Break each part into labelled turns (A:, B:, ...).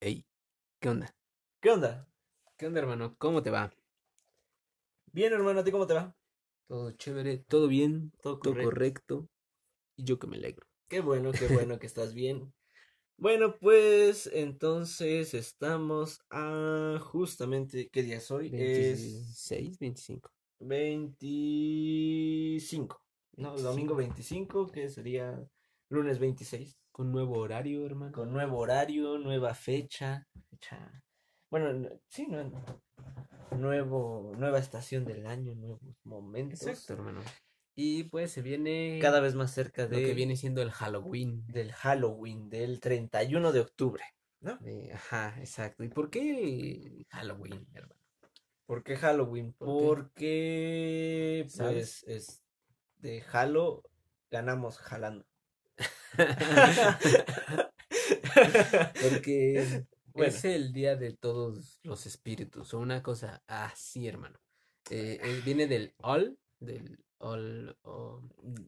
A: Ey, ¿qué onda?
B: ¿Qué onda?
A: ¿Qué onda, hermano? ¿Cómo te va?
B: Bien, hermano, ¿a ti cómo te va?
A: Todo chévere, todo bien,
B: Todo
A: todo correcto. Y yo que me alegro.
B: Qué bueno, qué bueno que estás bien. Bueno, pues entonces estamos a justamente, ¿qué día es hoy? Es
A: 26, 25.
B: 25. No, domingo 25, que sería lunes 26.
A: Con nuevo horario, hermano.
B: Con nuevo horario, nueva fecha. fecha- Bueno, n- sí, no- nuevo, nueva estación del año, nuevos momentos.
A: Exacto, hermano. Y pues se viene
B: Cada vez más cerca
A: lo que
B: de-
A: viene siendo el Halloween.
B: del Halloween, del 31 de octubre.
A: De- Ajá, exacto. ¿Y por qué Halloween, hermano?
B: ¿Por qué Halloween?
A: ¿Por qué?
B: Porque,
A: ¿Sabes?
B: pues, es de Halo ganamos jalando.
A: Porque
B: Bueno.
A: es el día de todos los espíritus, o una cosa así, hermano. Eh, eh, viene del All, del All o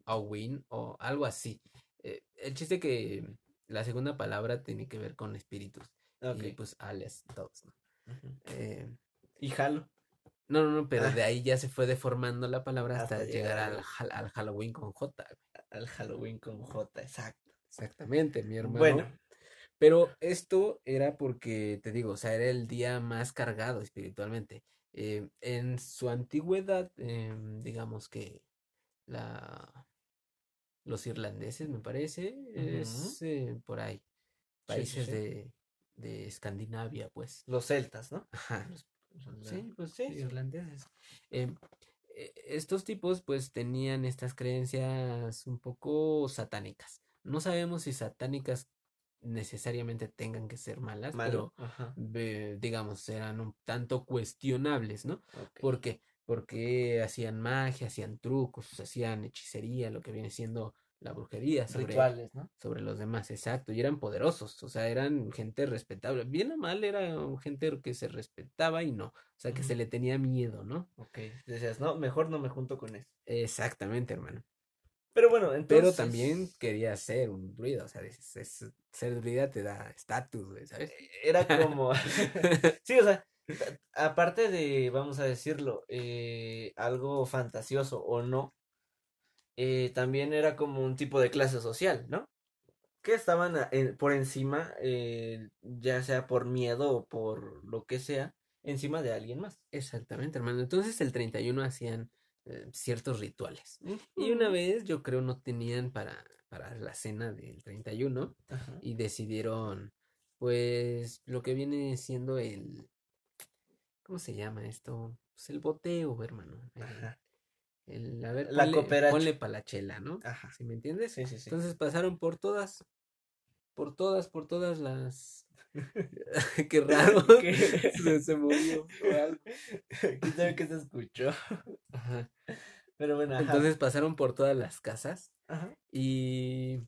A: Halloween, o algo así. Eh, el chiste que la segunda palabra tiene que ver con espíritus. Y
B: Ok.
A: pues alias, todos, ¿no?
B: Ujú.
A: Eh,
B: Y Halo.
A: no, no, no, pero
B: Ah.
A: de ahí ya se fue deformando la palabra hasta,
B: Hasta
A: llegar
B: llegar
A: al,
B: al-
A: Hal- al Halloween con J.
B: Al Halloween con J, exacto.
A: Exactamente, mi hermano.
B: Bueno.
A: Pero esto era porque, te digo, o sea, era el día más cargado espiritualmente. Eh, en su antigüedad, em, digamos que la... los irlandeses, me parece, es eh, por ahí.
B: Sí, sí,
A: Países
B: sí.
A: de, de Escandinavia, pues.
B: Los celtas, ¿no?
A: Ajá, los Sí, pues
B: sí, sí.
A: irlandeses. Em, e- estos tipos pues tenían estas creencias un poco satánicas. No sabemos si satánicas necesariamente tengan que ser malas,
B: Malo.
A: pero
B: Ajá.
A: ve- digamos eran un tanto cuestionables, ¿no?
B: ok.
A: ¿Por qué? Porque hacían magia, hacían trucos, hacían hechicería, lo que viene siendo la brujería sobre,
B: Rituales, ¿no?
A: sobre los demás, exacto, y eran poderosos, o sea, eran gente respetable, bien o mal, era gente que se respetaba y no, o sea, que se
B: Ujú.
A: le tenía miedo, ¿no?
B: Ok. Decías, no, mejor no me junto con eso.
A: Exactamente, hermano.
B: Pero bueno, entonces.
A: Pero también quería ser un druida, o sea, dices, es- ser druida te da estatus, güey, ¿sabes?
B: Era como. sí, o sea. ta- Aparte de, vamos a decirlo, eh, algo fantasioso o no, eh, también era como un tipo de clase social, ¿no? Que estaban a- en- por encima, eh, ya sea por miedo o por lo que sea, encima de alguien más.
A: Exactamente, hermano. Entonces el 31 hacían eh, ciertos rituales. Y una vez, yo creo, no tenían para, para la cena del 31.
B: Ajá.
A: y decidieron, pues, lo que viene siendo el, ¿cómo se llama esto? Pues el boteo, hermano. el-
B: Ajá.
A: El, a ver,
B: La
A: ponle,
B: cooperacha.
A: ponle pa' la chela, ¿no?
B: Ajá.
A: ¿Sí me entiendes?
B: Sí, sí, sí.
A: Entonces pasaron por todas, por todas, por todas las... Qué raro.
B: ¿Qué?
A: se, se movió o algo.
B: ¿Quién sabe qué se escuchó?
A: Ajá.
B: Pero bueno, ajá.
A: Entonces pasaron por todas las casas
B: Ajá.
A: Y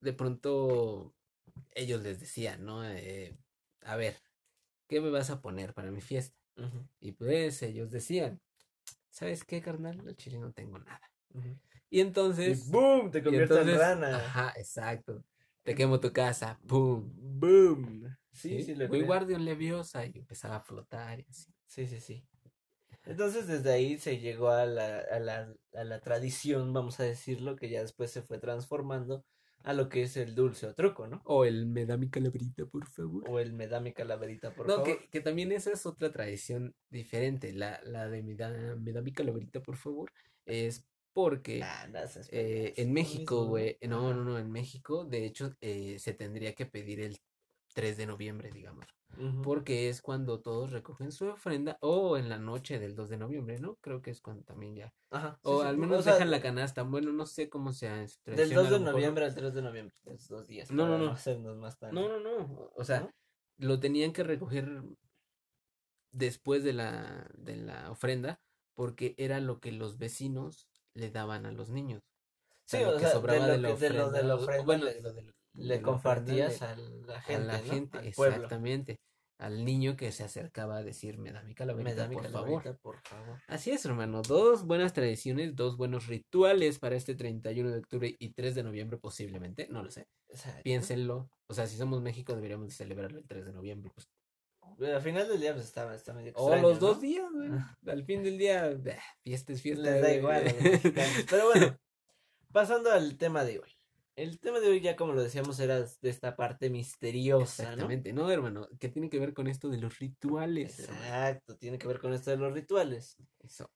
A: de pronto ellos les decían, ¿no? Eh, a ver, ¿qué me vas a poner para mi fiesta?
B: Ujú,
A: Y pues ellos decían, ¿sabes qué, carnal? Al chile no tengo nada.
B: ujú.
A: Y entonces,
B: Y boom, te
A: y
B: conviertes
A: entonces-
B: en rana.
A: Ajá, exacto. Te quemo tu casa, ¡pum!
B: Boom. Sí, sí, lo
A: We
B: creo.
A: Guardian Leviosa y empezaba a flotar y así.
B: Sí, sí, sí. Entonces desde ahí se llegó a la, a la, a la tradición, vamos a decirlo, que ya después se fue transformando a lo que es el dulce o truco, ¿no?
A: O el me da mi calaverita, por favor.
B: O el me da mi calaverita, por
A: No,
B: favor.
A: que, que también esa es otra tradición diferente. La, la de me da, me da mi calaverita, por favor, es porque
B: Ah, no seas
A: eh,
B: payaso,
A: en
B: lo
A: México,
B: mismo,
A: güey, no,
B: Ajá.
A: no, no, en México, de hecho, eh, se tendría que pedir el 3 de noviembre, digamos.
B: Ujú.
A: Porque es cuando todos recogen su ofrenda o en la noche del 2 de noviembre, ¿no? Creo que es cuando también ya.
B: Ajá, sí,
A: O
B: sí,
A: al
B: o
A: menos
B: sea,
A: dejan la canasta. Bueno, no sé cómo sea en su
B: Del
A: tradición, a
B: 2 de
A: lo mejor-
B: noviembre al 3 de noviembre. Es dos días.
A: No,
B: para
A: no, no.
B: hacernos más tarde.
A: No, no, no. o- O sea,
B: ¿No?
A: lo tenían que recoger después de la, de la ofrenda porque era lo que los vecinos le daban a los niños.
B: Sí,
A: sea, lo
B: o
A: que
B: sea, de
A: sobraba
B: lo
A: de la
B: que- de lo de la
A: ofrenda, o- o
B: ofrenda
A: bueno,
B: le-
A: de lo del-
B: Le
A: de la ofrenda le-
B: compartías a la
A: a
B: gente,
A: la
B: ¿no?
A: gente,
B: Al pueblo.
A: exactamente, al niño que se acercaba a decir, me da mi
B: Me
A: calaverita,
B: da mi
A: por favor.
B: calaverita, por favor.
A: Así es, hermano, dos buenas tradiciones, dos buenos rituales para este 31 de octubre y 3 de noviembre posiblemente, no lo sé,
B: Exacto.
A: piénsenlo, o sea, si somos México deberíamos de celebrarlo el 3 de noviembre, pues.
B: Pero Al final del día pues, está, está medio
A: o
B: extraño,
A: los dos
B: ¿no?
A: días, güey,
B: Ah. Pues
A: al fin del día, bah, fiesta es fiesta.
B: Les da
A: güey.
B: igual a los mexicanos. Pero bueno, pasando al tema de hoy. El tema de hoy ya como lo decíamos era de esta parte misteriosa, ¿no?
A: Exactamente, ¿no? hermano? ¿Qué tiene que ver con esto de los rituales, hermano?
B: Exacto, tiene que ver con esto de los rituales.
A: Eso,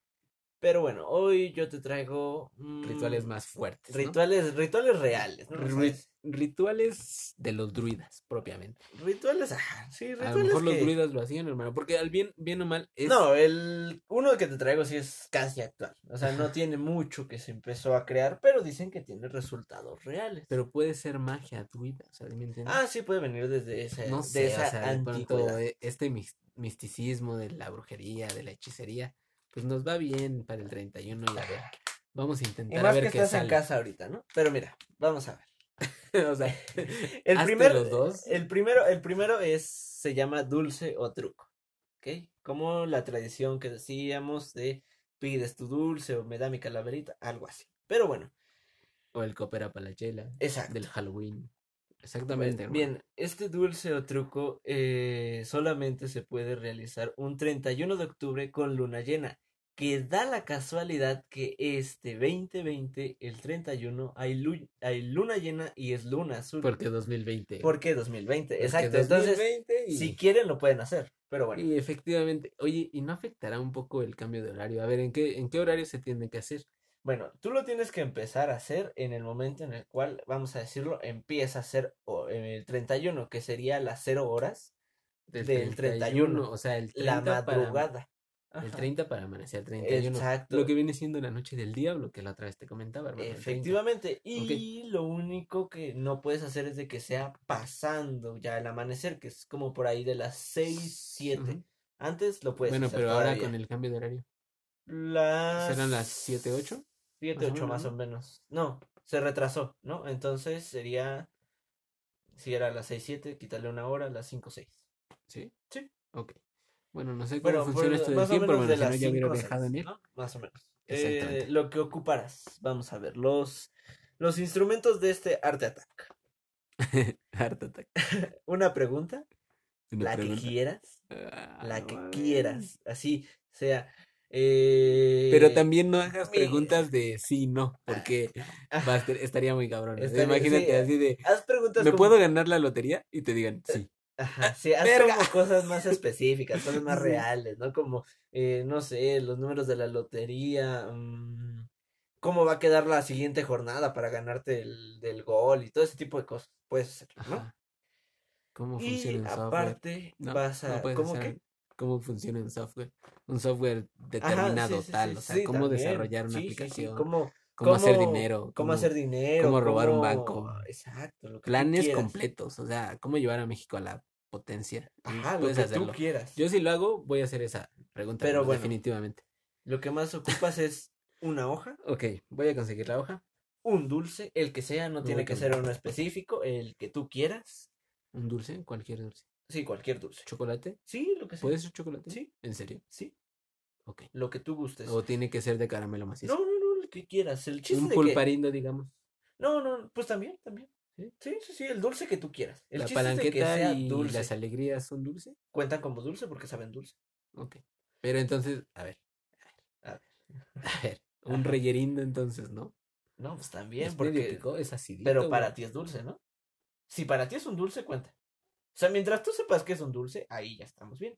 B: Pero bueno, hoy yo te traigo mm,
A: rituales más fuertes, ¿no?
B: Rituales, rituales reales, ¿no? O sea,
A: Ri- rituales de los druidas, propiamente.
B: Rituales, ah, sí,
A: A
B: rituales
A: lo mejor los
B: que-
A: druidas lo hacían, hermano, porque al bien, bien o mal es...
B: No, el uno que te traigo sí es casi actual. O sea, no
A: Ajá.
B: tiene mucho que se empezó a crear, pero dicen que tiene resultados reales.
A: Pero puede ser magia druida, o sea, ¿me entiendes?
B: Ah, sí puede venir desde esa, de
A: no sé,
B: esa
A: o sea, de pronto
B: antigüedad.
A: eh, este mis- misticismo de la brujería, de la hechicería, pues nos va bien para el 31 y a ver, vamos a
B: Y
A: intentar a
B: más que
A: ver qué
B: estás en
A: sale.
B: casa ahorita, ¿no? Pero mira, vamos a ver.
A: o sea,
B: El
A: hazte
B: primero,
A: los dos.
B: el primero, el primero es, se llama dulce o truco, ¿ok? Como la tradición que decíamos de pides tu dulce o me da mi calaverita, algo así. Pero bueno,
A: o el coopera para la chela,
B: exacto.
A: del Halloween.
B: Bueno,
A: Exactamente, hermano.
B: Bien, este dulce o truco eh, solamente se puede realizar un 31 de octubre con luna llena, que da la casualidad que este 2020, el 31, hay, lu- hay luna llena y es luna azul.
A: Porque 2020.
B: Porque 2020,
A: Porque
B: exacto. Entonces,
A: 2020 y-
B: si quieren lo pueden hacer, pero bueno.
A: Y efectivamente, oye, ¿y no afectará un poco el cambio de horario? A ver, ¿en qué, en qué horario se tiene que hacer?
B: Bueno, tú lo tienes que empezar a hacer en el momento en el cual, vamos a decirlo, empieza a hacer o- el 31, que sería las 0 horas, Del 31,
A: o sea, el
B: la
A: 30 para-
B: madrugada.
A: el
B: Ajá.
A: 30 para amanecer, 31.
B: Exacto.
A: Lo que viene siendo la noche del diablo, que la otra vez te comentaba, hermano. el 30.
B: Efectivamente, y lo único que no puedes hacer es de que sea pasando ya el amanecer, que es como por ahí de las 6, 7.
A: Ujú.
B: Antes lo puedes
A: Bueno,
B: hacer
A: pero ahora con
B: pues, todavía.
A: el cambio de horario.
B: Las...
A: ¿Serán las 7, 8?
B: 7,
A: más o
B: 8 más o
A: menos,
B: menos. No, se retrasó, ¿no? Entonces sería, si era las 6, 7, quítale una hora, las 5, 6.
A: ¿Sí?
B: Sí.
A: Ok. Bueno, no sé cómo
B: Bueno,
A: funciona
B: por-
A: esto del
B: más o
A: tiempo,
B: menos
A: hermano.
B: de
A: Si no,
B: las
A: ya
B: 5
A: hubiera
B: a
A: dejado en
B: 6,
A: ir.
B: ¿no? Más o menos.
A: Exactamente.
B: Eh, lo que ocuparás, vamos a ver, los, los instrumentos de este arte attack.
A: Heart attack.
B: Una pregunta,
A: Una
B: la
A: pregunta.
B: que quieras,
A: Ah,
B: la
A: no
B: que
A: mames.
B: quieras, así sea. eh,
A: Pero también no hagas
B: mi-
A: preguntas de sí, no, porque
B: ah,
A: va a estar- estaría muy cabrón. ¿no?
B: Estaría-
A: Imagínate
B: sí,
A: así de,
B: haz preguntas
A: ¿me
B: como- Eh,
A: puedo ganar la lotería? Y te digan, sí.
B: Ajá, sí, haz
A: ¡Verga!
B: como cosas más específicas, cosas más
A: Sí.
B: reales, ¿no? Como, eh, no sé, los números de la lotería, mm, cómo va a quedar la siguiente jornada para ganarte el del gol y todo ese tipo de cosas. Puedes hacer, ¿no?
A: Ajá. ¿Cómo
B: Y
A: funciona un software?
B: aparte
A: No,
B: vas
A: no
B: a...
A: puedes
B: ¿Cómo
A: hacer
B: qué?
A: un- ¿Cómo funciona un software? Un software
B: Ajá,
A: determinado
B: sí, sí,
A: tal,
B: sí,
A: o sea,
B: sí,
A: cómo
B: también.
A: desarrollar una
B: Sí, sí, sí,
A: aplicación,
B: cómo,
A: cómo, hacer dinero, cómo,
B: cómo hacer dinero,
A: cómo robar un banco.
B: cómo- ah, Exacto, lo que tú
A: Planes
B: quieras.
A: completos, o sea, cómo llevar a México a la potencia. y
B: Ajá, lo
A: puedes
B: que
A: hacerlo.
B: tú quieras.
A: Yo si lo hago, voy a hacer esa pregunta,
B: Pero
A: hermano,
B: bueno.
A: definitivamente.
B: Lo que más ocupas es una hoja,
A: Ok, voy a conseguir la hoja,
B: un dulce, el que sea, no
A: Muy
B: tiene que
A: bien.
B: ser uno específico, el que tú quieras.
A: un dulce, cualquier dulce.
B: Sí, cualquier dulce.
A: ¿Chocolate?
B: Sí, lo que sea.
A: ¿Puede ser chocolate?
B: Sí,
A: ¿En serio?
B: sí,
A: Ok.
B: lo que tú gustes.
A: ¿O tiene que ser de caramelo macizo?
B: No, no, no, el que quieras. El chiste
A: un
B: de que...
A: pulparindo, digamos.
B: No, no, pues también, también.
A: ¿Sí?
B: Sí, sí, sí, el dulce que tú quieras. El
A: la
B: chiste es de que
A: palanqueta
B: sea
A: y
B: dulce.
A: las alegrías son dulce.
B: Cuentan como dulce porque saben dulce.
A: Ok. Pero entonces, a ver. A
B: A
A: ver. A ver, un
B: Ajá.
A: reyerindo entonces, ¿no?
B: No, pues también,
A: es medio
B: porque...
A: picó, es acidito.
B: Pero
A: güey.
B: para ti es dulce, ¿no? Si para ti es un dulce, cuenta. O sea, mientras tú sepas que es un dulce, ahí ya estamos bien.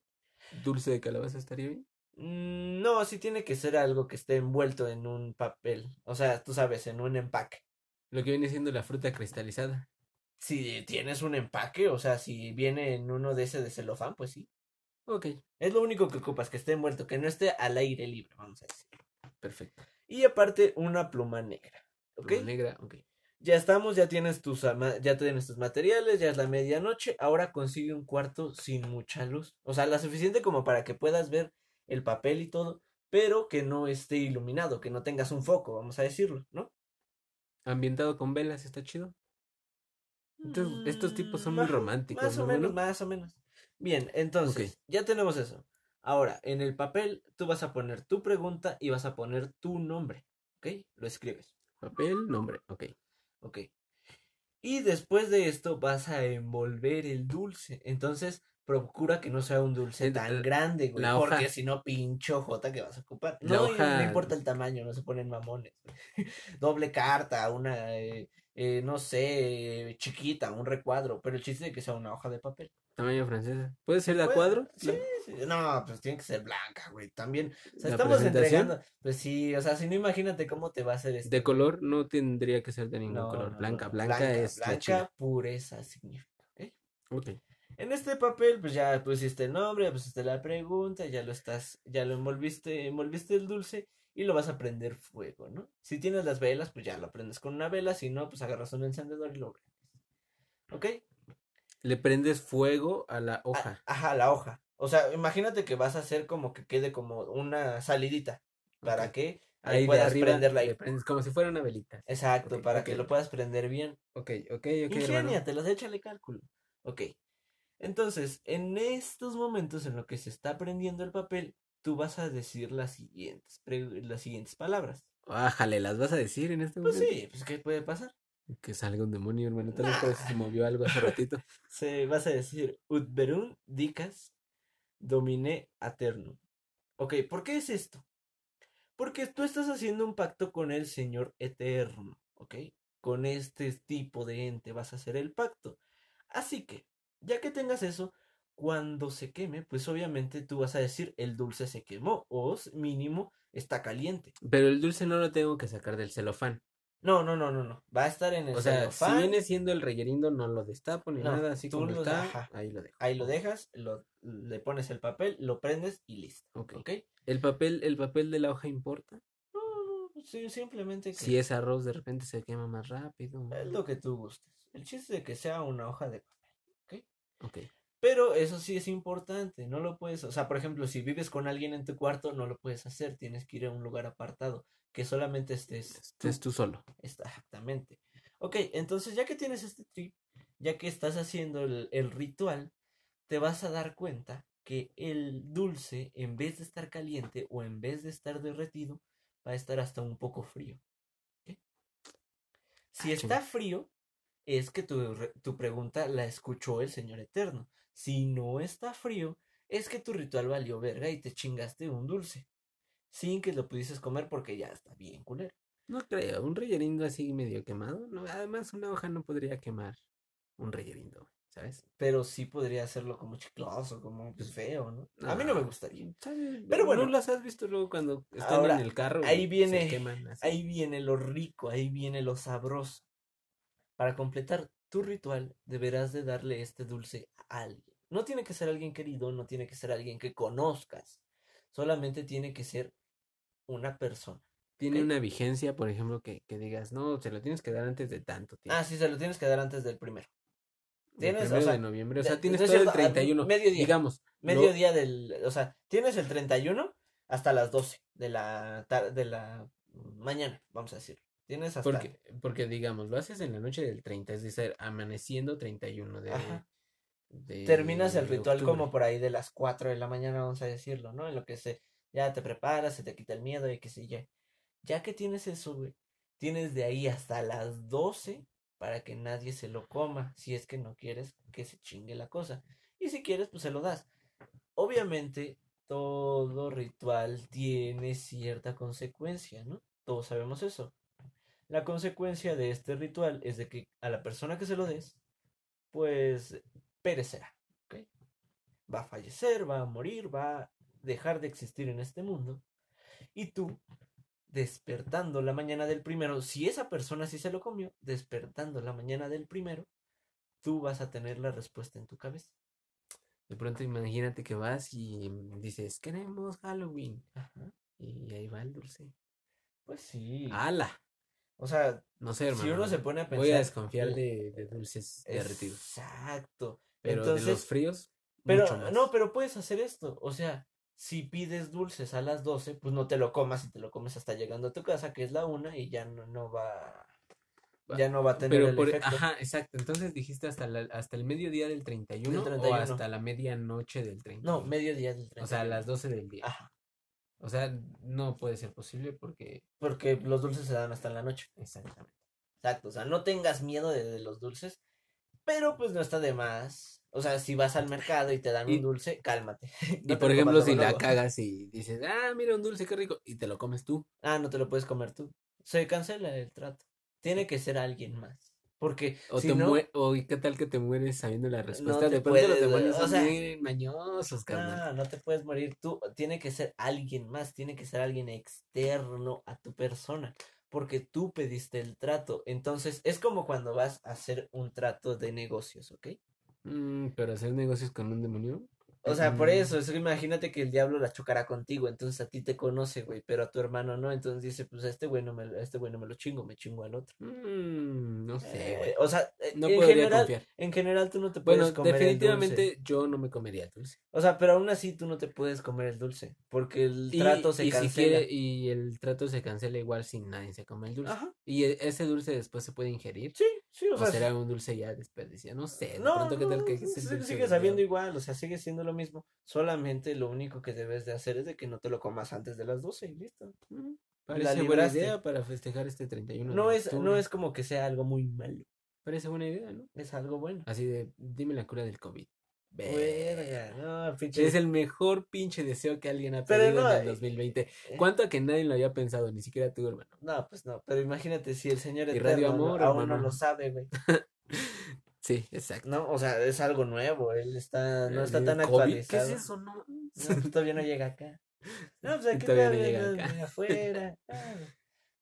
A: Dulce de calabaza estaría bien.
B: Mm, No, sí tiene que ser algo que esté envuelto en un papel. O sea, tú sabes, en un empaque.
A: Lo que viene siendo la fruta cristalizada.
B: si tienes un empaque, o sea, si viene en uno de ese de celofán, pues sí.
A: Ok,
B: Es lo único que ocupas, que esté envuelto, que no esté al aire libre, vamos a decir.
A: perfecto.
B: Y aparte, una pluma negra. ¿Ok?
A: Pluma negra, ok.
B: Ya estamos, ya tienes tus ama- ya tienes tus materiales, ya es la medianoche. Ahora consigue un cuarto sin mucha luz. O sea, la suficiente como para que puedas ver el papel y todo, pero que no esté iluminado, que no tengas un foco, vamos a decirlo, ¿no?
A: Ambientado con velas, está chido. Estos, estos tipos son
B: Mm,
A: muy
B: más-
A: románticos,
B: Más
A: ¿no,
B: o menos,
A: Manu?
B: más o menos. Bien, entonces, ya tenemos eso. Ahora, en el papel, tú vas a poner tu pregunta y vas a poner tu nombre. ¿Ok? Lo escribes.
A: Papel, nombre, ok.
B: Ok. Y después de esto vas a envolver el dulce. Entonces, procura que no sea un dulce
A: El-
B: tan
A: la-
B: grande, güey.
A: la hoja.
B: Porque si no, pincho jota que vas a ocupar.
A: La
B: No, y no
A: hoja-
B: importa el tamaño, no se ponen mamones. Doble carta, una, eh, eh, no sé, eh, chiquita, un recuadro. Pero el chiste es que sea una hoja de papel.
A: Tamaño francesa. ¿Puede ser de a
B: Puede-
A: cuadro?
B: Sí,
A: La-
B: sí, no, pues tiene que ser blanca, güey. También, o sea,
A: la
B: estamos
A: presentación.
B: entregando. Pues sí, o sea, si no, imagínate cómo te va a hacer esto.
A: De color no tendría que ser de ningún
B: No,
A: color.
B: no,
A: blanca,
B: no.
A: blanca, es la
B: blanca,
A: chida.
B: pureza significa. ¿ok?
A: Ok.
B: En este papel, pues ya pusiste el nombre, ya pusiste la pregunta, ya lo estás, ya lo envolviste, envolviste el dulce y lo vas a prender fuego, ¿no? Si tienes las velas, pues ya lo prendes con una vela, si no, pues agarras un encendedor y lo prendes. ¿Ok?
A: Le prendes fuego a
B: Ah,
A: la hoja.
B: A- Ajá, la hoja. O sea, imagínate que vas a hacer como que quede como una salidita para
A: Ok.
B: que ahí, puedas prenderla ahí.
A: le prendes como si fuera una velita.
B: Exacto,
A: Ok,
B: para
A: ok.
B: que lo puedas prender bien.
A: Ok, ok, ok, hermano.
B: Ingéniatelas, échale cálculo. Ok. Entonces, en estos momentos en lo que se está prendiendo el papel, tú vas a decir las siguientes, pre- las siguientes palabras.
A: Ájale, ¿las vas a decir en este
B: Pues
A: momento?
B: sí, pues ¿qué puede pasar?
A: Que salga un demonio, hermano. Tal vez
B: Nah.
A: por eso se movió algo hace ratito.
B: Se vas a decir Utberum dicas domine aternum. Ok, ¿por qué es esto? Porque tú estás haciendo un pacto con el Señor Eterno, ¿ok? Con este tipo de ente vas a hacer el pacto. Así que, ya que tengas eso, cuando se queme, pues obviamente tú vas a decir el dulce se quemó o s- mínimo está caliente.
A: Pero el dulce no lo tengo que sacar del celofán.
B: No, no, no, no, no. Va a estar en el
A: O sea,
B: celofán,
A: si viene siendo el rellenindo, no lo destapo ni
B: No,
A: nada. Así
B: tú
A: como
B: lo-
A: está,
B: ajá.
A: ahí lo dejo.
B: ahí lo dejas, lo, le pones el papel, lo prendes y listo,
A: Ok.
B: ¿ok?
A: ¿El papel, el papel de la hoja importa?
B: No, no, no, sí, simplemente que
A: Si es arroz, de repente se quema más rápido.
B: es lo que tú gustes. El chiste de que sea una hoja de
A: Ok.
B: Pero eso sí es importante, no lo puedes, o sea, por ejemplo, si vives con alguien en tu cuarto, no lo puedes hacer, tienes que ir a un lugar apartado, que solamente estés tú.
A: Estés tú solo.
B: Exactamente. Ok, entonces ya que tienes este trip, ya que estás haciendo el, el ritual, te vas a dar cuenta que el dulce, en vez de estar caliente o en vez de estar derretido, va a estar hasta un poco frío. ¿ok? Si
A: Ah,
B: está
A: chinga.
B: frío, es que tu, re- tu pregunta la escuchó el Señor Eterno. Si no está frío, es que tu ritual valió verga y te chingaste un dulce, sin que lo pudieses comer porque ya está bien culero.
A: No creo, un rellerindo así medio quemado. No, además, una hoja no podría quemar un rellerindo, ¿sabes?
B: pero sí podría hacerlo como chicloso, como pues, feo, ¿no? A mí no me gustaría.
A: ¿Sabes?
B: Pero bueno.
A: Ah. ¿No las has visto luego cuando están
B: Ahora,
A: en el carro? y
B: ahí viene-
A: Se queman así?
B: Ahí viene lo rico, ahí viene lo sabroso. Para completar tu ritual, deberás de darle este dulce a alguien. No tiene que ser alguien querido, no tiene que ser alguien que conozcas. Solamente tiene que ser una persona.
A: Tiene
B: ok.
A: una vigencia, por ejemplo, que, que digas, no, se lo tienes que dar antes de tanto tiempo.
B: Ah, sí, se lo tienes que dar antes del primero.
A: Del
B: tienes, o
A: primero
B: sea,
A: de noviembre. O
B: de-
A: sea, tienes
B: no es
A: todo el
B: cierto, a
A: 31.
B: mediodía.
A: Digamos. lo-
B: Mediodía del, o sea, tienes el 31 hasta las 12 de la tar- de la mañana, vamos a decir. Tienes hasta
A: Porque, porque, digamos, lo haces en la noche del 30, es decir, amaneciendo 31 de.
B: Ajá.
A: de
B: terminas el ritual como
A: octubre.
B: por ahí de las 4 de la mañana, vamos a decirlo, ¿no? En lo que se ya te preparas, se te quita el miedo y que sé ya. Ya que tienes eso, güey, tienes de ahí hasta las 12 para que nadie se lo coma, si es que no quieres que se chingue la cosa. Y si quieres, pues se lo das. Obviamente, todo ritual tiene cierta consecuencia, ¿no? Todos sabemos eso. La consecuencia de este ritual es de que a la persona que se lo des, pues perecerá, ¿ok? Va a fallecer, va a morir, va a dejar de existir en este mundo. Y tú, despertando la mañana del primero, si esa persona sí se lo comió, despertando la mañana del primero, tú vas a tener la respuesta en tu cabeza.
A: De pronto imagínate que vas y dices, queremos Halloween.
B: Ajá.
A: Y ahí va el dulce.
B: Pues sí.
A: ¡Hala!
B: O sea,
A: No sé, hermano.
B: si uno se pone a pensar.
A: Voy a desconfiar
B: uh,
A: de, de dulces derretidos.
B: Exacto.
A: Pero de los
B: Entonces,
A: fríos, mucho
B: pero
A: más.
B: no, pero puedes hacer esto. O sea, si pides dulces a las 12, pues no te lo comas y te lo comes hasta llegando a tu casa, que es la una, y ya no, no va.
A: Va,
B: Ya no va a tener
A: Pero
B: el
A: por,
B: efecto.
A: ajá, exacto. Entonces dijiste hasta, la- hasta el mediodía del 31,
B: Del 31.
A: o hasta la medianoche del 31.
B: No, mediodía del
A: O sea, a
B: 31.
A: las 12 del día.
B: Ajá,
A: O sea, no puede ser posible porque.
B: porque los dulces se dan hasta en la noche.
A: Exactamente.
B: Exacto, o sea, no tengas miedo de, de los dulces, pero pues no está de más. O sea, si vas al mercado y te dan
A: Y-
B: un dulce, cálmate. No
A: y
B: te
A: por
B: lo
A: ejemplo,
B: comas
A: si
B: luego,
A: la
B: luego.
A: cagas y dices, ah, mira un dulce, qué rico, y te lo comes tú.
B: Ah, no te lo puedes comer tú. Se cancela el trato. Tiene que ser alguien más. Porque
A: O
B: si
A: te
B: no,
A: mue- o ¿y qué tal que te mueres sabiendo la respuesta?
B: te
A: de pronto los
B: puedes,
A: demonios
B: o
A: son
B: sea-
A: bien mañosos, carnal.
B: no, ah, no te puedes morir tú. Tiene que ser alguien más. Tiene que ser alguien externo a tu persona. Porque tú pediste el trato. Entonces, es como cuando vas a hacer un trato de negocios, ¿ok?
A: Mm, pero hacer negocios con un demonio.
B: O sea, por
A: Mm.
B: eso, es que imagínate que el diablo la chocará contigo, entonces a ti te conoce, güey, pero a tu hermano no, entonces dice, pues a este güey no me, a este güey no me lo chingo, me chingo al otro.
A: Mm, no sé,
B: Eh,
A: güey.
B: o sea, eh,
A: No
B: en
A: podría
B: general,
A: confiar.
B: en general tú no te puedes
A: Bueno,
B: comer el dulce.
A: definitivamente yo no me comería el dulce.
B: O sea, pero aún así tú no te puedes comer el dulce, porque el
A: Y,
B: trato se
A: y si
B: cancela.
A: quiere, y el trato se cancela igual si nadie se come el dulce.
B: Ajá.
A: Y e- ese dulce después se puede ingerir.
B: Sí, sí, o,
A: O
B: sea,
A: será un dulce ya desperdiciado. No sé. De
B: no,
A: pronto, ¿qué tal
B: no,
A: que
B: sí,
A: es el
B: sí,
A: dulce
B: sigue
A: del
B: sabiendo
A: diablo?
B: igual, o sea, sigue siendo lo mismo, solamente lo único que debes de hacer es de que no te lo comas antes de las 12 y listo.
A: Mm, Parece buena
B: libraste.
A: idea para festejar este 31
B: No
A: de
B: es, no
A: octubre.
B: es como que sea algo muy malo,
A: Parece buena idea, ¿no?
B: es algo bueno.
A: Así de, dime la cura del COVID.
B: Verga, no, pinche.
A: Es el mejor pinche deseo que alguien ha
B: Pero
A: pedido
B: no,
A: en el
B: eh,
A: 2020. ¿Cuánto a que nadie lo había pensado? Ni siquiera tú, hermano.
B: No, pues no, pero imagínate si el señor
A: Y Radio
B: eterno no-
A: Amor,
B: aún no
A: hermano.
B: lo sabe, güey.
A: Sí, exacto.
B: No, o sea, es algo nuevo, él está, no está
A: El
B: tan
A: COVID,
B: actualizado.
A: ¿Qué es eso? No.
B: No, pues todavía no llega acá. No, pues aquí
A: Todavía
B: todavía,
A: no llega
B: no-
A: acá.
B: afuera. ah,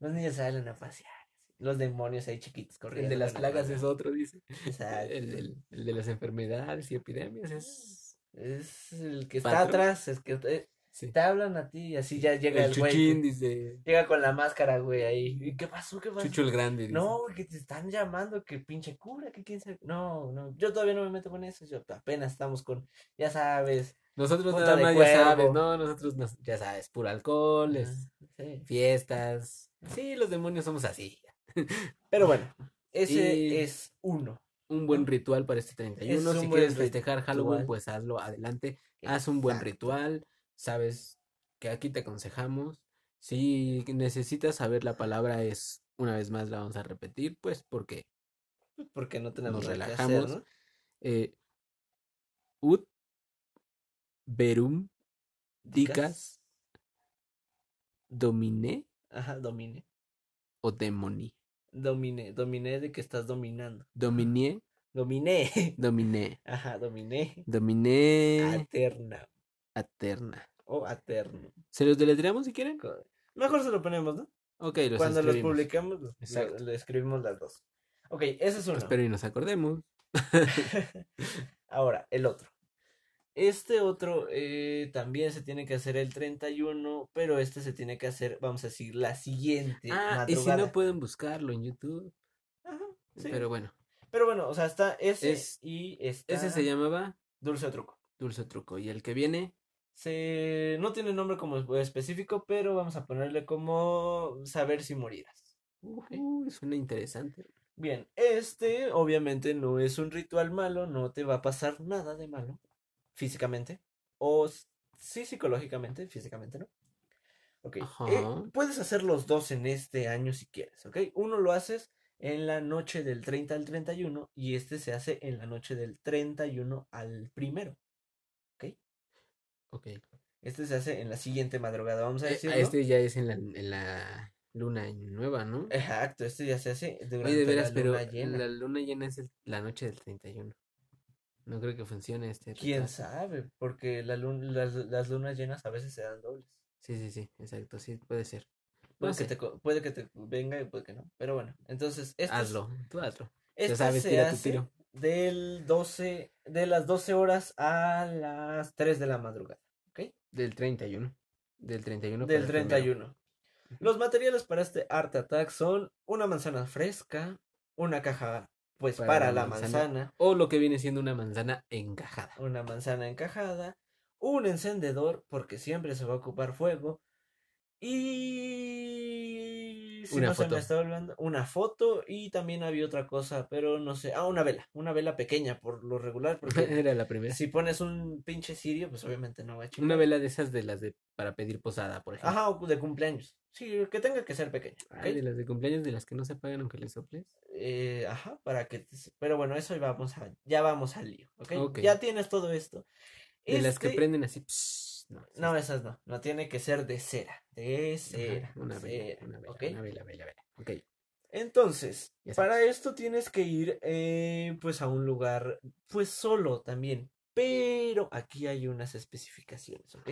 B: los niños salen a pasear. Los demonios ahí chiquitos corriendo.
A: El de las
B: con la
A: plagas
B: mano.
A: es otro, dice.
B: Exacto.
A: El, el- el de las enfermedades y epidemias es.
B: Es el que está
A: ¿Patrón?
B: atrás, es que te,
A: sí.
B: te hablan a ti y así ya llega
A: El
B: el, güey.
A: chuchín, dice.
B: Llega con la máscara, güey, ahí. ¿Y qué pasó? ¿Qué pasó?
A: Chucho el grande, dice.
B: pues, No, güey, que te están llamando, que pinche cura, que quién sabe. No, no, yo todavía no me meto con eso. Yo apenas estamos con, ya sabes.
A: Nosotros
B: punta
A: nada
B: de
A: más, ya sabes,
B: cuervo.
A: no, nosotros nos- ya sabes, puro alcohol, es
B: ah, sí.
A: fiestas. Sí, los demonios somos así.
B: Pero bueno, ese
A: Y-
B: es uno.
A: Un buen ritual para este 31.
B: Es
A: si
B: un
A: quieres
B: buen
A: festejar Halloween,
B: ritual.
A: pues hazlo adelante. Haz un buen ritual. Sabes que aquí te aconsejamos. Si necesitas saber la palabra, es una vez más la vamos a repetir, pues porque
B: Porque no tenemos
A: Nos
B: nada que
A: relajamos.
B: hacer, ¿no?
A: eh, ut verum dicas domine
B: Ajá, domine.
A: o demoni.
B: Domine, dominé de que estás dominando.
A: Dominé,
B: Dominé.
A: dominé,
B: Ajá, dominé.
A: dominé
B: Aterna
A: aterna.
B: o aterno.
A: ¿Se los deletreamos si quieren?
B: Co- Mejor se lo ponemos, ¿no?
A: Ok, los
B: Cuando los
A: escribimos.
B: publicamos, lo-
A: Exacto. Pues
B: lo escribimos las dos. Ok, ese es uno.
A: Espero y nos acordemos.
B: Ahora, el otro. Este otro eh, también se tiene que hacer el 31, pero este se tiene que hacer, vamos a decir, la siguiente
A: ah, y si
B: madrugada.
A: no pueden buscarlo en YouTube.
B: Ajá, sí.
A: Pero
B: pero...
A: bueno,
B: bueno, o sea, está ese
A: Es-
B: y está
A: ese se llamaba
B: Dulce o Truco.
A: Dulce Truco. Y el que viene,
B: Se... No tiene nombre como específico, pero vamos a ponerle como saber si morirás.
A: ujú, suena interesante.
B: Bien, este obviamente no es un ritual malo, no te va a pasar nada de malo físicamente o s- sí psicológicamente, físicamente no. Ok, eh,
A: Ajá.
B: puedes hacer los dos en este año si quieres, ok. Uno lo haces en la noche del 30 al 31 y este se hace en la noche del 31 al primero.
A: Ok. Eh,
B: Este se hace en la siguiente madrugada, vamos a decirlo.
A: Este ya es en la, en la luna nueva, ¿no?
B: Exacto, este ya se hace
A: Oye, de
B: durante
A: veras,
B: la
A: pero
B: luna llena.
A: la luna llena es el- la noche del 31. No creo que funcione este
B: ¿Quién
A: ritual.
B: sabe? Porque la lun- las, las lunas llenas a veces se dan dobles.
A: Sí, sí, sí, exacto, sí, puede ser. No
B: Puede,
A: sé,
B: que te, co- puede que te venga y puede que no. Pero bueno, entonces, este, es-
A: hazlo, tú hazlo. Ya
B: este
A: sabes,
B: se
A: tira tu
B: hace
A: tiro.
B: del 12, de las 12 horas a las 3 de la madrugada.
A: Del 31. Del 31.
B: Del
A: para el primero.
B: 31. Los materiales para este Art Attack son una manzana fresca, una caja, pues para,
A: Para la
B: la
A: manzana.
B: manzana,
A: O lo que viene siendo una manzana encajada.
B: una manzana encajada, un encendedor, porque siempre se va a ocupar fuego, y... si
A: Una
B: no se me
A: foto.
B: está olvidando, una foto, y también había otra cosa, pero no sé, ah, una vela, una vela pequeña por lo regular, porque
A: Era la primera.
B: si pones un pinche sirio, pues obviamente no va a chingar.
A: Una vela de esas de las de para pedir posada, por ejemplo.
B: Ajá, o de cumpleaños. Sí, que tenga que ser pequeña. ¿ok?
A: Ay, de las de cumpleaños de las que no se apagan aunque le soples.
B: Eh, ajá, para que te- Pero bueno, eso ya vamos a, ya vamos al lío, ¿ok?
A: Ok.
B: Ya tienes todo esto.
A: De las que
B: Este-
A: prenden así. pss, no, esas-
B: No, esas no. No tiene que ser de cera. De
A: ajá,
B: cera.
A: una vela,
B: cera,
A: una vela,
B: eh, ¿ok?
A: una vela, vela, vela. Ok.
B: Entonces,
A: Ya
B: para
A: sabes.
B: esto tienes que ir eh, pues a un lugar pues solo también. Pero aquí hay unas especificaciones, ¿ok?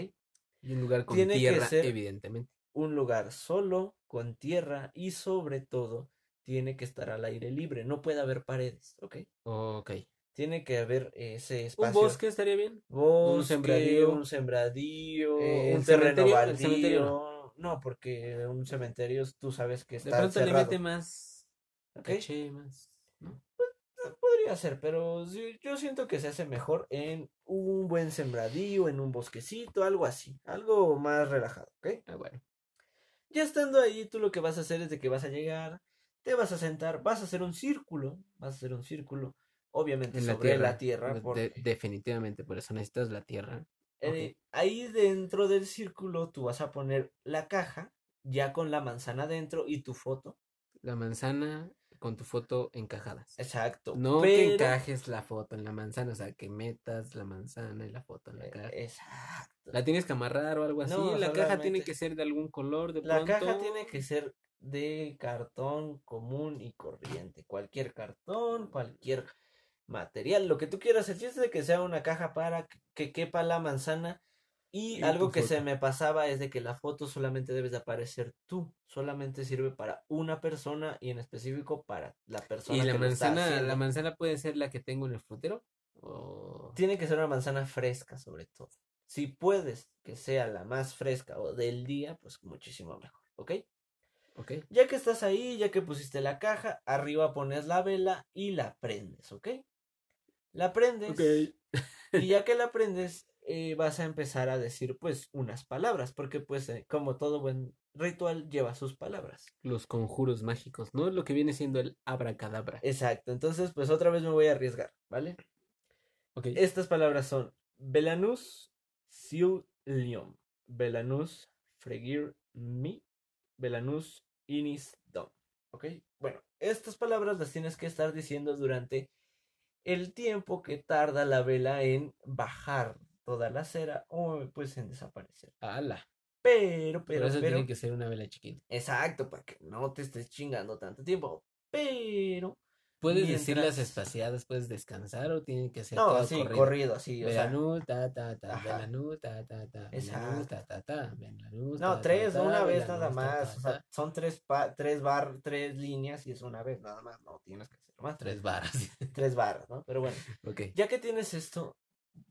A: Y un lugar con
B: Tiene que
A: tierra,
B: ser-
A: evidentemente.
B: un lugar solo, con tierra y sobre todo tiene que estar al aire libre, no puede haber paredes, ¿ok?
A: Ok.
B: Tiene que haber ese espacio.
A: Un bosque estaría bien.
B: Bosque,
A: sembradío.
B: un sembradío,
A: Eh,
B: un terreno
A: el cementerio,
B: baldío.
A: el cementerio
B: No, porque un cementerio tú sabes que
A: De
B: está
A: pronto le
B: cerrado,
A: mete más
B: ¿ok?
A: caché, más. ¿no?
B: Podría ser, pero sí, yo siento que se hace mejor en un buen sembradío, en un bosquecito, algo así, algo más relajado, ¿ok?
A: Ah, bueno.
B: Ya estando ahí, tú lo que vas a hacer es de que vas a llegar, te vas a sentar, vas a hacer un círculo, vas a hacer un círculo, obviamente
A: En la
B: sobre
A: tierra.
B: la tierra,
A: de- de-
B: porque
A: definitivamente, por eso necesitas la tierra.
B: eh, ahí dentro del círculo tú vas a poner la caja, ya con la manzana dentro y tu foto.
A: La manzana con tu foto encajadas.
B: Exacto.
A: No que
B: pero-
A: encajes la foto en la manzana, o sea, que metas la manzana y la foto en la caja.
B: eh, Exacto.
A: La tienes que amarrar o algo así.
B: No,
A: la caja tiene
B: solamente-
A: que ser de algún color, de
B: La caja
A: pronto,
B: tiene que ser de cartón común y corriente. Cualquier cartón, cualquier material, lo que tú quieras. El chiste de que sea una caja para que- que quepa la manzana. Y,
A: Y
B: algo
A: tu
B: que se
A: foto.
B: me pasaba es de que la foto solamente debes de aparecer tú. Solamente sirve para una persona y en específico para la persona
A: Y la
B: que lo está
A: manzana, la
B: haciendo.
A: manzana puede ser la que tengo en el frutero. O...
B: Tiene que ser una manzana fresca, sobre todo. Si puedes que sea la más fresca o del día, pues muchísimo mejor, ¿ok?
A: Ok.
B: Ya que estás ahí, ya que pusiste la caja, arriba pones la vela y la prendes, ¿ok? La prendes y ya que la prendes, eh, vas a empezar a decir pues unas palabras, porque pues eh, como todo buen ritual lleva sus palabras.
A: Los conjuros mágicos, ¿no? Lo que viene siendo el abracadabra.
B: Exacto, entonces pues otra vez me voy a arriesgar, ¿vale?
A: Ok.
B: Estas palabras son Belanus siu liom, Belanus fregir mi, Belanus inis dom. ¿Ok? Bueno, estas palabras las tienes que estar diciendo durante el tiempo que tarda la vela en bajar toda la cera o pues en desaparecer.
A: Ala.
B: Pero,
A: Por
B: pero,
A: eso
B: pero.
A: tiene que ser una vela chiquita.
B: Exacto, para que no te estés chingando tanto tiempo. Pero.
A: Puedes decirlas
B: Mientras-
A: espaciadas, puedes descansar o tienen que ser
B: No,
A: todo
B: así, corrido,
A: corrido.
B: así. O sea,
A: Belanú, ta, ta, ta,
B: Ajá.
A: Belanú, ta, ta, ta, Belanú,
B: Exacto.
A: ta, ta, ta, Belanú, ta,
B: No,
A: ta,
B: tres,
A: ta,
B: una vez
A: Belanú,
B: nada
A: ta,
B: más.
A: ta,
B: O sea,
A: ta.
B: son tres, pa- tres bar, tres líneas y es una vez nada más. No tienes que hacer más.
A: Tres varas.
B: Tres barras, ¿no? Pero bueno,
A: Ok.
B: ya que tienes esto,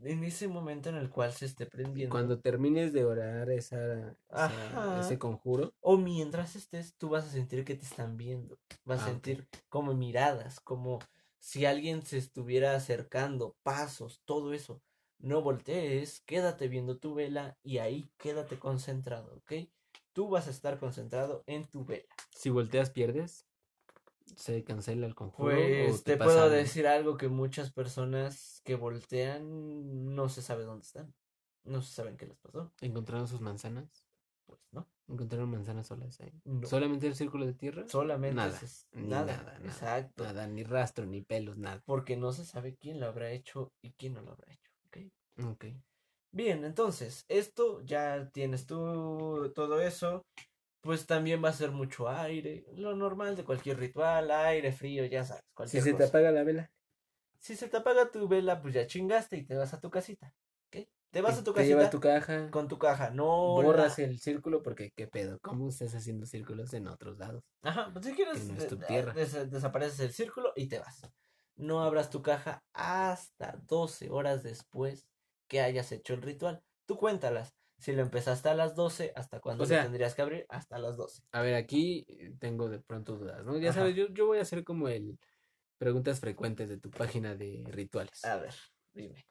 B: en ese momento en el cual se esté prendiendo,
A: Cuando termines de orar esa, esa-
B: Ajá.
A: ese conjuro,
B: o mientras estés, tú vas a sentir que te están viendo. Vas a
A: Ah, ok.
B: sentir como miradas, como si alguien se estuviera acercando, pasos, todo eso. No voltees, quédate viendo tu vela y ahí quédate concentrado, ¿ok? Tú vas a estar concentrado en tu vela.
A: si volteas, pierdes, se cancela el conjuro. o
B: Pues te
A: pasa
B: puedo
A: algo?
B: decir algo que muchas personas que voltean no se sabe dónde están. No se saben qué les pasó.
A: ¿Encontraron sus manzanas?
B: Pues no.
A: ¿Encontraron manzanas solas ahí?
B: no.
A: ¿Solamente el círculo de tierra?
B: Solamente
A: nada,
B: se s-
A: ni
B: nada,
A: nada, nada,
B: Exacto.
A: Nada, ni rastro, ni pelos, nada.
B: Porque no se sabe quién lo habrá hecho y quién no lo habrá hecho. ¿ok?
A: Ok.
B: Bien, entonces, esto ya tienes tú todo eso. Pues también va a ser mucho aire. Lo normal de cualquier ritual, aire frío, ya sabes. Cualquier cosa.
A: apaga la vela,
B: si se te apaga tu vela, pues ya chingaste y te vas a tu casita. ¿ok? Te vas a tu
A: te
B: casita.
A: llevas tu caja,
B: con tu caja, no
A: borras
B: la-
A: el círculo porque qué pedo, ¿cómo estás haciendo círculos en otros lados?
B: Ajá, pues si quieres
A: que no es
B: de-
A: tu
B: de-
A: tierra.
B: des- desapareces el círculo y te vas. no abras tu caja hasta 12 horas después que hayas hecho el ritual. Tú cuéntalas. Si lo empezaste a las 12, ¿hasta cuándo
A: O
B: lo
A: sea-
B: tendrías que abrir? Hasta las 12.
A: A ver, aquí eh, tengo de pronto dudas, ¿no? Ya
B: Ajá.
A: sabes, yo, yo voy a hacer como el preguntas frecuentes de tu página de rituales.
B: A ver, dime.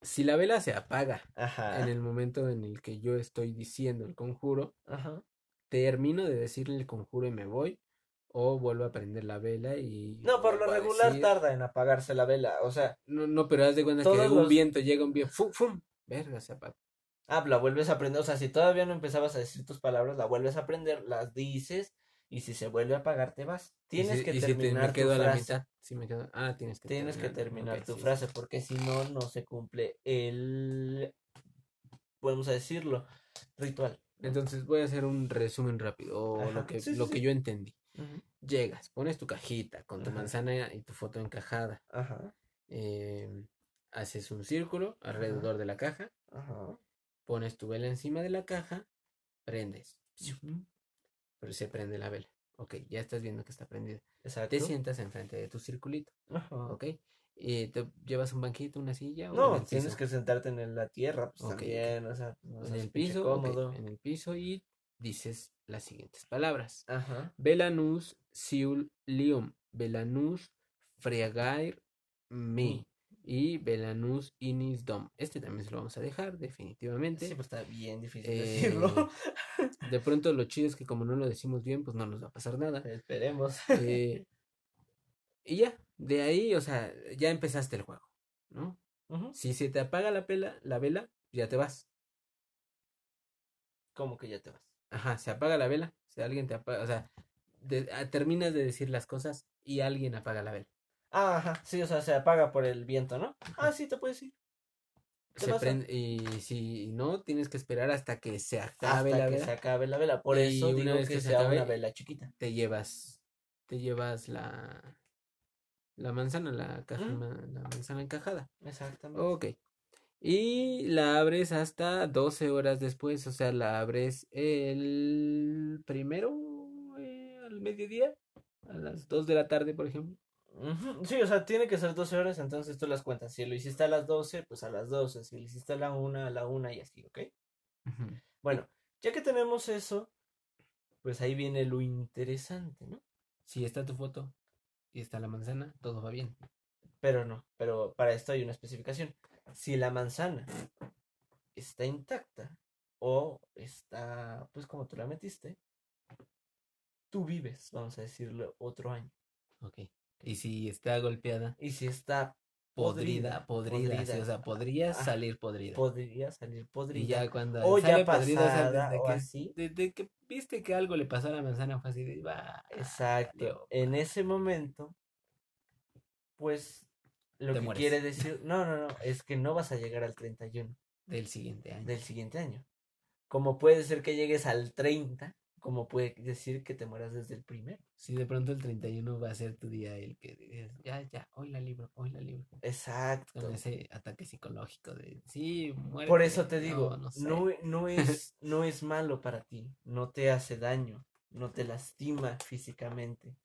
A: Si la vela se apaga
B: Ajá.
A: en el momento en el que yo estoy diciendo el conjuro,
B: Ajá.
A: termino de decirle el conjuro y me voy, o vuelvo a prender la vela y
B: No, por lo
A: vuelvo a
B: regular
A: decir-
B: tarda en apagarse la vela. O sea,
A: No, no, pero haz de cuenta que
B: Todos
A: de un
B: los-
A: viento llega un viento, ¡fum, fum! Verga, se apaga.
B: habla, vuelves a aprender. O sea, si todavía no empezabas a decir tus palabras, la vuelves a aprender, las dices y si se vuelve a apagar, te vas.
A: Y
B: Tienes
A: si-
B: que
A: y si te-
B: terminar
A: me
B: tu
A: quedo a la
B: frase.
A: mitad, sí me quedo. Ah, tienes que
B: Tienes que terminar
A: ok,
B: tu
A: sí, sí.
B: frase porque si no, no se cumple el, podemos decirlo, ritual. ¿no?
A: Entonces voy a hacer un resumen rápido, o lo
B: Ajá,
A: que,
B: sí, sí,
A: lo
B: sí.
A: que yo entendí.
B: Ujú.
A: Llegas, pones tu cajita con tu
B: Ajá.
A: manzana y tu foto encajada.
B: Ajá,
A: em, haces un círculo alrededor de la caja,
B: ajá.
A: pones tu vela encima de la caja, prendes. Psiu, Pero se prende la vela. Ok, ya estás viendo que está prendida.
B: Exacto.
A: Te sientas enfrente de tu circulito,
B: Ajá.
A: ok. Y te llevas un banquito, una silla o en
B: No,
A: el
B: tienes
A: piso?
B: que sentarte en el- la tierra, pues
A: Ok, ok.
B: también, o sea, no
A: en
B: seas
A: el
B: pinche
A: piso, ok,
B: cómodo.
A: en el piso y dices las siguientes palabras.
B: Ajá.
A: Belanus siul lium, Belanus freagair
B: Mm.
A: me y Belanus inis dom. Este también se lo vamos a dejar definitivamente.
B: Sí, pero está bien difícil
A: Eh,
B: decirlo. Eh,
A: De pronto lo chido es que como no lo decimos bien, pues no nos va a pasar nada.
B: Esperemos.
A: Eh, y ya, de ahí, o sea, ya empezaste el juego, ¿no?
B: Ujú.
A: Si se te apaga la pela, la vela, ya te vas.
B: Como que ya te vas.
A: Ajá, se apaga la vela, si alguien te apaga, o sea, de- ah, terminas de decir las cosas y alguien apaga la vela.
B: Ah, ajá. Sí, o sea, se apaga por el viento, ¿no?
A: Ajá.
B: Ah, sí, te puedes ir. ¿Qué
A: se
B: pasa?
A: prende- y si no, tienes que esperar hasta que se acabe
B: Hasta
A: la
B: que
A: vela,
B: se acabe la vela. Por
A: Y
B: eso
A: una
B: digo
A: vez
B: que
A: que se
B: sea
A: acabe-
B: una vela chiquita.
A: te llevas, te llevas la, la manzana, la caja,
B: Ujú.
A: ma- la manzana encajada.
B: Exactamente.
A: Ok. Y la abres hasta 12 horas después, o sea, la abres el primero eh, al mediodía, a las 2 de la tarde, por ejemplo.
B: Ujú, Sí, o sea, tiene que ser 12 horas, entonces tú las cuentas. Si lo hiciste a las 12, pues a las 12. Si lo hiciste a la 1, a la 1 y así, ¿ok? Bueno, ya que tenemos eso, pues ahí viene lo interesante, ¿no?
A: Si está tu foto y está la manzana, todo va bien.
B: Pero no, pero para esto hay una especificación. Si la manzana está intacta o está, pues como tú la metiste, tú vives, vamos a decirlo, otro año.
A: Ok. Y si está golpeada,
B: Y si está
A: podrida,
B: Podrida,
A: podrida, sí,
B: podrida.
A: o sea, podría
B: Ajá.
A: salir podrida.
B: podría salir
A: Y
B: podrida
A: ya cuando
B: o ya
A: sale podrida, o sea,
B: pasada
A: desde
B: o
A: que,
B: así.
A: desde que viste que algo le pasó a la manzana fue así de, "Bah,
B: Exacto.
A: valió".
B: En ese momento, pues lo
A: Te
B: que
A: mueres.
B: quiere decir, no, no, no, es que no vas a llegar al 31
A: del siguiente año.
B: del siguiente año. Como puede ser que llegues al 30, como puede decir que te mueras desde el primero.
A: Si de pronto el 31 va a ser tu día el que dices, ya, ya, hoy la libro, hoy la libro.
B: Exacto.
A: Con ese ataque psicológico de, sí, muérete.
B: Por eso te digo,
A: No, no sé".
B: no, e- no es, no es malo para ti, no te hace daño, no te lastima físicamente.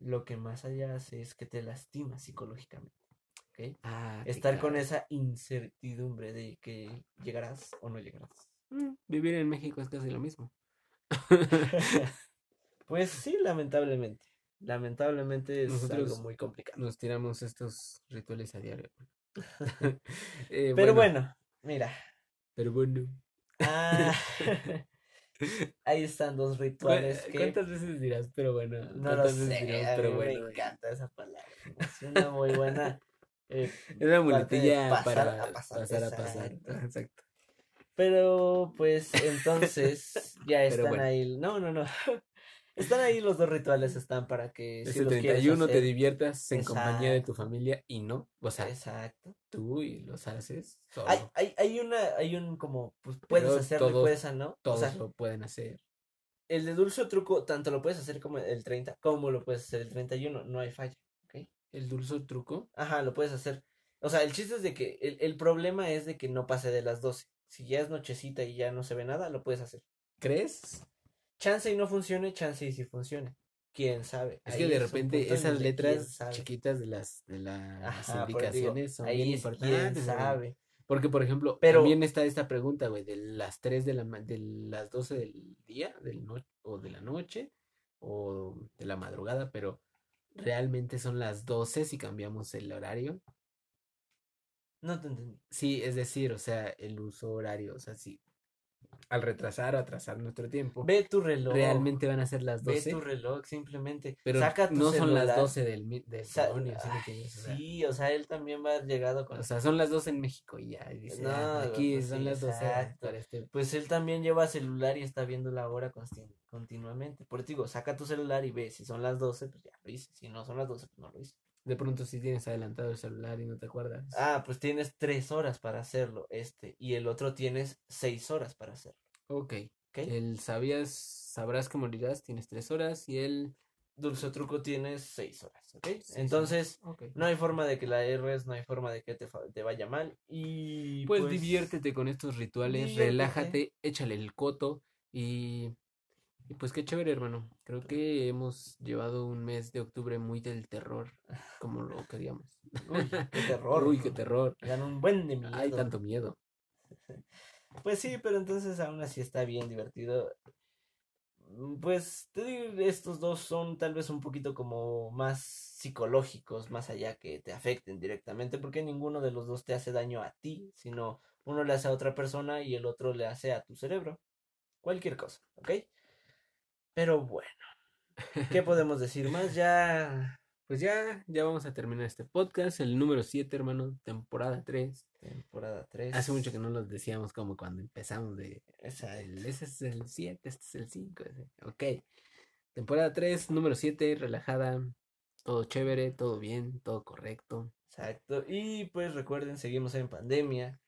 B: Lo que más allá hace es que te lastima psicológicamente. ¿ok?
A: Ah, qué
B: Estar con
A: caray.
B: esa incertidumbre de que llegarás o no llegarás.
A: Mm, Vivir en México es casi lo mismo.
B: Pues sí, lamentablemente. Lamentablemente es
A: Nosotros-
B: algo muy complicado.
A: Nos tiramos estos rituales a diario. Eh,
B: Pero bueno, mira.
A: Pero bueno.
B: ah, ahí están dos
A: ¿Cu-
B: rituales que
A: ¿Cuántas veces dirás, pero bueno?
B: No lo
A: ¿Cuántas
B: sé,
A: veces dirás,
B: a
A: pero
B: mí
A: bueno?
B: me encanta esa palabra. Es una muy buena. eh,
A: Es una
B: parte de
A: muletilla
B: pasar
A: para
B: a pasar,
A: pasar a pasar.
B: exacto.
A: Ajá, Exacto.
B: Pero pues entonces ya
A: Pero
B: están
A: bueno.
B: ahí. No, no, no. Están ahí los dos rituales, están para que si
A: Este
B: los quieres
A: 31 te
B: hacer-
A: diviertas en compañía de tu familia y no, o sea,
B: Exacto.
A: tú y los haces solo.
B: Hay, hay, hay una, hay un como, pues puedes
A: Pero
B: hacerlo y
A: todos-
B: puedes ah, no. O
A: Todos
B: sea,
A: lo pueden hacer.
B: el de dulce o truco, tanto lo puedes hacer como el 30, como lo puedes hacer el 31, no hay falla.
A: El dulce truco.
B: Ajá, lo puedes hacer. O sea, el chiste es de que el, el problema es de que no pase de las 12. Si ya es nochecita y ya no se ve nada, lo puedes hacer.
A: ¿Crees?
B: Chance y no funcione, chance y sí funcione. quién sabe.
A: Es
B: Ahí
A: que de
B: un punto
A: repente
B: en
A: esas
B: donde quién
A: letras
B: sabe.
A: chiquitas de las, de las
B: Ajá, por eso digo,
A: indicaciones son
B: ahí
A: bien
B: es quién
A: importantes. güey.
B: sabe.
A: Porque, por ejemplo,
B: Pero-
A: también está esta pregunta, güey, de las 3 de la ma- de las 12 del día, del no- o de la noche, o de la madrugada, pero realmente son las 12 si cambiamos el horario.
B: No te entendí.
A: Sí, es decir, o sea, el uso horario, o sea, si al retrasar o atrasar nuestro tiempo,
B: Ve tu reloj.
A: realmente van a ser las
B: Ve
A: 12,
B: tu reloj, simplemente.
A: pero
B: Saca tu
A: no son las
B: celular.
A: 12 del, mi- del
B: Sa-
A: demonio, ¿sí me
B: Ay,
A: entiendes? O sea,
B: sí, o sea, él también va llegado con.
A: o sea, son las 12 en México y ya, y dice, ah,
B: No,
A: aquí
B: pues
A: son
B: sí,
A: las 12
B: exacto.
A: para este-
B: Pues él también lleva celular y está viendo la hora consti- continuamente. Por eso digo, saca tu celular y ve. Si son las 12, pues ya lo hice. Si no son las 12, pues no lo hice.
A: De pronto si tienes adelantado el celular y no te acuerdas.
B: Ah, pues tienes tres horas para hacerlo, este. Y el otro tienes seis horas para hacerlo.
A: Ok.
B: ¿Ok?
A: El sabías, sabrás que morirás, tienes tres horas y el...
B: Dulce o truco tienes seis horas, ¿ok?
A: Seis horas.
B: Entonces,
A: Ok.
B: no hay forma de que la erres, no hay forma de que te, fa- te vaya mal. Y
A: Pues diviértete con estos rituales,
B: diviértete.
A: relájate, échale el coto y... Y pues qué chévere, hermano. Creo que hemos llevado un mes de octubre muy del terror, como lo queríamos.
B: Uy, qué terror.
A: Uy, qué terror.
B: Me Dan un buen de miedo.
A: Hay tanto miedo.
B: Pues sí, pero entonces aún así está bien divertido. Mm, Pues te digo, estos dos son tal vez un poquito como más psicológicos, más allá que te afecten directamente, porque ninguno de los dos te hace daño a ti, sino uno le hace a otra persona y el otro le hace a tu cerebro. Cualquier cosa, ¿ok? Pero bueno, ¿qué podemos decir más? Ya...
A: Pues ya, ya vamos a terminar este podcast, el número 7, hermano, temporada 3.
B: Temporada 3.
A: Hace mucho que no los decíamos como cuando empezamos de
B: Exacto.
A: el- ese es el 7, este es el 5. Ok. Temporada 3, número 7, relajada. Todo chévere, todo bien, todo correcto.
B: Exacto. Y pues recuerden, seguimos en pandemia.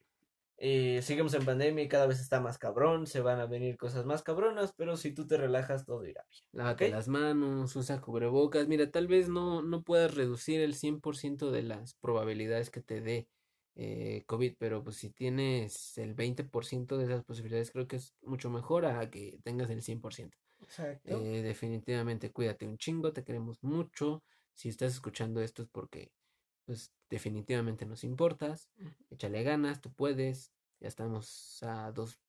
B: Eh, seguimos en pandemia y cada vez está más cabrón. Se van a venir cosas más cabronas, pero si tú te relajas, todo irá bien.
A: Lávate
B: Ok.
A: las manos, usa cubrebocas. Mira, tal vez no, no puedas reducir el 100% de las probabilidades que te dé eh, COVID, pero pues si tienes el 20% de esas posibilidades, creo que es mucho mejor a que tengas el 100%.
B: Exacto.
A: Eh, definitivamente cuídate un chingo, te queremos mucho. Si estás escuchando esto es porque, pues, definitivamente nos importas. Échale ganas, tú puedes. Ya estamos a dos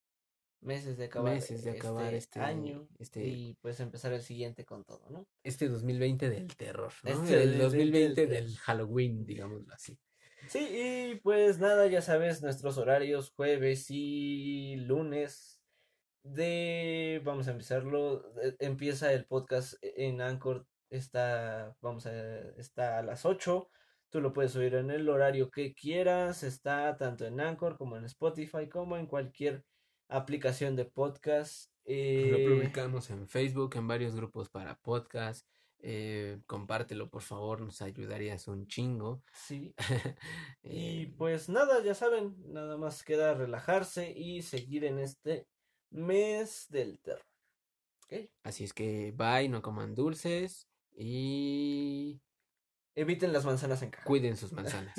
B: meses de acabar,
A: meses de acabar este
B: año
A: este-
B: y pues empezar el siguiente con todo, ¿no?
A: Este 2020 del terror, ¿no?
B: Este
A: el
B: 2020
A: 2020
B: del
A: del Halloween, digámoslo así.
B: Sí, y pues nada, ya sabes, nuestros horarios jueves y lunes de, vamos a empezarlo, eh, empieza el podcast en Anchor, está, vamos a, está a las 8, tú lo puedes oír en el horario que quieras, está tanto en Anchor como en Spotify, como en cualquier aplicación de podcast.
A: Lo
B: eh,
A: publicamos en Facebook, en varios grupos para podcast. Eh, compártelo, por favor, nos ayudarías un chingo.
B: sí, Y
A: Eh,
B: pues nada, ya saben, nada más queda relajarse y seguir en este mes del terror. ¿Ok?
A: Así es que bye, no coman dulces y
B: Eviten las manzanas en caja.
A: cuiden sus manzanas.